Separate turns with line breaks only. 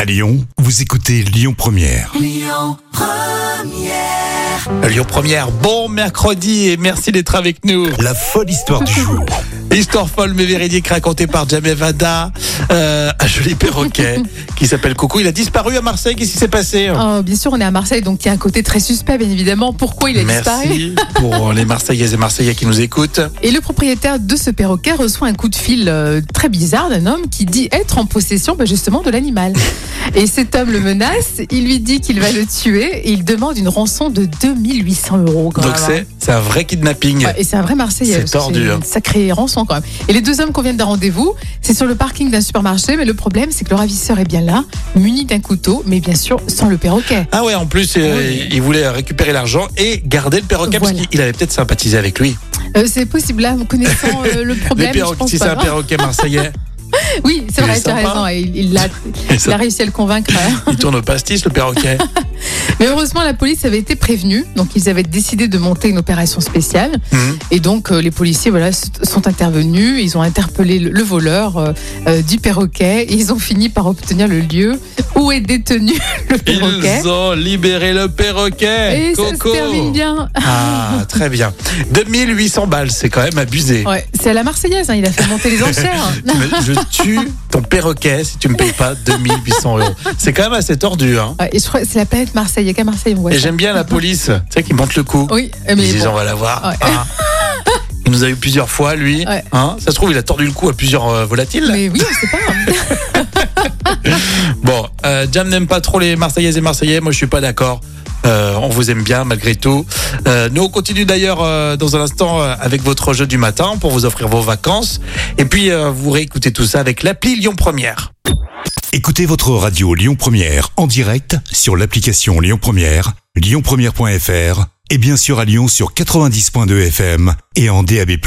À Lyon, vous écoutez Lyon Première.
Lyon Première, bon mercredi et merci d'être avec nous.
La folle histoire du jour.
Histoire folle mais véridique racontée par Jamel Vada, euh, un joli perroquet qui s'appelle Coco. Il a disparu à Marseille, qu'est-ce qui s'est passé
Oh, bien sûr, on est à Marseille, donc il y a un côté très suspect, bien évidemment. Pourquoi il a disparu
Merci pour les Marseillaises et Marseillais qui nous écoutent.
Et le propriétaire de ce perroquet reçoit un coup de fil euh, très bizarre d'un homme qui dit être en possession ben, justement de l'animal. Et cet homme le menace, il lui dit qu'il va le tuer et il demande une rançon de 2800 euros. Quand
Donc
même, hein.
c'est c'est un vrai kidnapping.
Ouais, et c'est un vrai Marseillais.
C'est
parce que
tordu, hein.
une sacrée rançon quand même. Et les deux hommes conviennent d'un rendez-vous. C'est sur le parking d'un supermarché, mais le problème, c'est que le ravisseur est bien là, muni d'un couteau, mais bien sûr sans le perroquet.
Ah ouais, en plus, euh, il voulait récupérer l'argent et garder le perroquet parce
Voilà.
qu'il avait peut-être sympathisé avec lui.
Euh, c'est possible là, connaissant euh, le
Les
problème. je
perroquets-
pense
si
pas,
c'est un
hein.
perroquet marseillais,
Oui, c'est
Il
vrai,
est
tu as
sympa.
raison. et Il il l'a-
il
il a réussi à le convaincre.
il tourne au pastis, le perroquet.
Mais heureusement, la police avait été prévenue. Donc, ils avaient décidé de monter une opération spéciale.
Mhm.
Et donc, euh, les policiers voilà, s- sont intervenus. Ils ont interpellé le, le voleur euh, euh, du perroquet. Et ils ont fini par obtenir le lieu où est détenu le perroquet.
Ils ont libéré le perroquet.
Et ça
Coco.
se termine bien.
Ah, très bien. 2800 balles, c'est quand même abusé.
Ouais, c'est à la Marseillaise, hein, il a fait monter les enchères.
Mais Je tue ton perroquet si tu me payes pas 2800 euros. C'est quand même assez tordu. Hein.
Ouais, et je crois que c'est la planète Marseille. Il y a qu'à Marseille, on voit
Et
ça.
j'aime bien la police, tu sais, qui monte le coup.
Oui, euh, mais
Ils disent,
bon.
on va la voir.
Ouais.
Ah. Il nous a eu plusieurs fois, lui.
Ouais.
Hein Ça se trouve, il a tordu le coup à plusieurs euh, volatiles.
Mais oui, on sait pas.
Bon, euh, Jam n'aime pas trop les Marseillaises et Marseillais. Moi, je suis pas d'accord. Euh, on vous aime bien malgré tout. Euh, nous, on continue d'ailleurs euh, dans un instant euh, avec votre jeu du matin pour vous offrir vos vacances. Et puis, euh, vous réécoutez tout ça avec l'appli Lyon Première.
Écoutez votre radio Lyon Première en direct sur l'application Lyon Première, lyonpremière.fr et bien sûr à Lyon sur 90.2 FM et en DAB+.